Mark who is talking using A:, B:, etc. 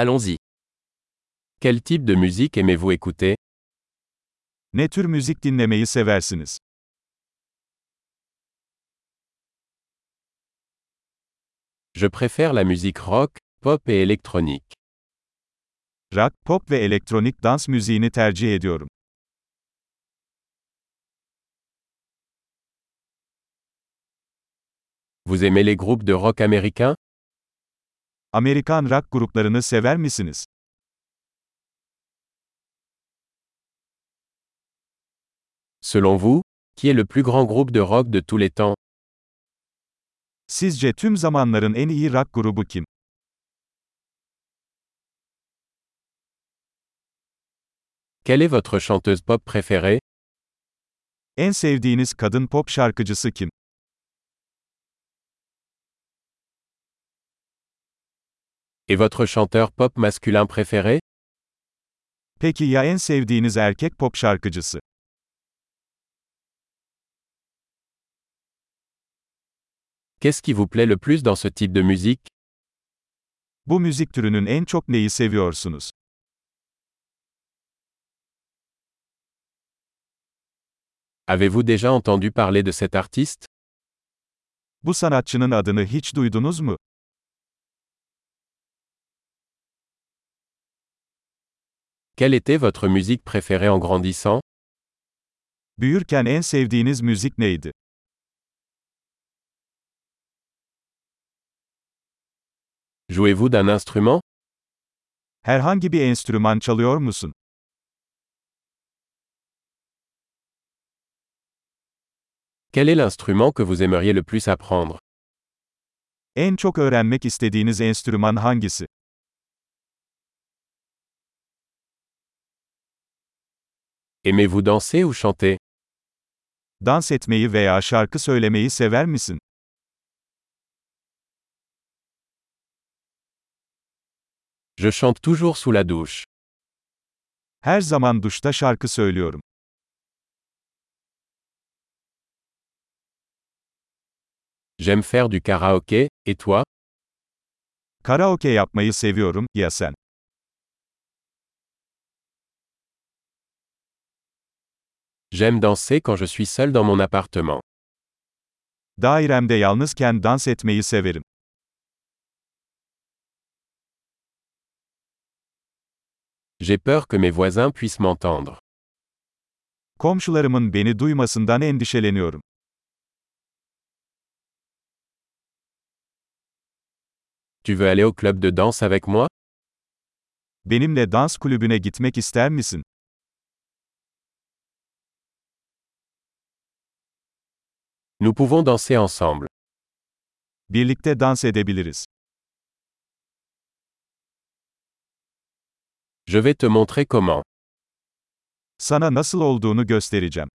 A: Allons-y. Quel type de musique aimez-vous écouter
B: Ne tür müzik dinlemeyi seversiniz?
A: Je préfère la musique rock, pop et électronique.
B: Rock, pop ve elektronik dans müziğini tercih ediyorum.
A: Vous aimez les groupes de rock américains
B: Amerikan rock gruplarını sever misiniz?
A: Selon vous, qui est le plus grand groupe de rock de tous les temps
B: Sizce tüm zamanların en iyi rock grubu kim?
A: Quelle est votre chanteuse pop préférée
B: En sevdiğiniz kadın pop şarkıcısı kim?
A: Et votre chanteur pop masculin préféré
B: Peki ya en sevdiğiniz erkek pop şarkıcısı?
A: Qu'est-ce qui vous plaît le plus dans ce type de musique
B: Bu müzik türünün en çok neyi seviyorsunuz?
A: Avez-vous déjà entendu parler de cet artiste
B: Bu sanatçının adını hiç duydunuz mu?
A: Quelle était votre musique préférée en grandissant
B: Büyürken en sevdiğiniz müzik neydi?
A: Jouez-vous d'un instrument
B: Herhangi bir enstrüman çalıyor musun?
A: Quel est l'instrument que vous aimeriez le plus apprendre
B: En çok öğrenmek istediğiniz enstrüman hangisi?
A: Aimez-vous danser ou chanter
B: Dans etmeyi veya şarkı söylemeyi sever misin?
A: Je chante toujours sous la douche.
B: Her zaman duşta şarkı söylüyorum.
A: J'aime faire du karaoké, et toi
B: Karaoke yapmayı seviyorum, ya sen?
A: J'aime danser quand je suis seul dans mon appartement.
B: Dairemde yalnızken dans etmeyi severim.
A: J'ai peur que mes voisins puissent m'entendre.
B: Komşularımın beni duymasından endişeleniyorum.
A: Tu veux aller au club de danse avec moi
B: Benimle dans kulübüne gitmek ister misin?
A: Nous pouvons danser ensemble.
B: Birlikte dans edebiliriz.
A: Je vais te montrer comment.
B: Sana nasıl olduğunu göstereceğim.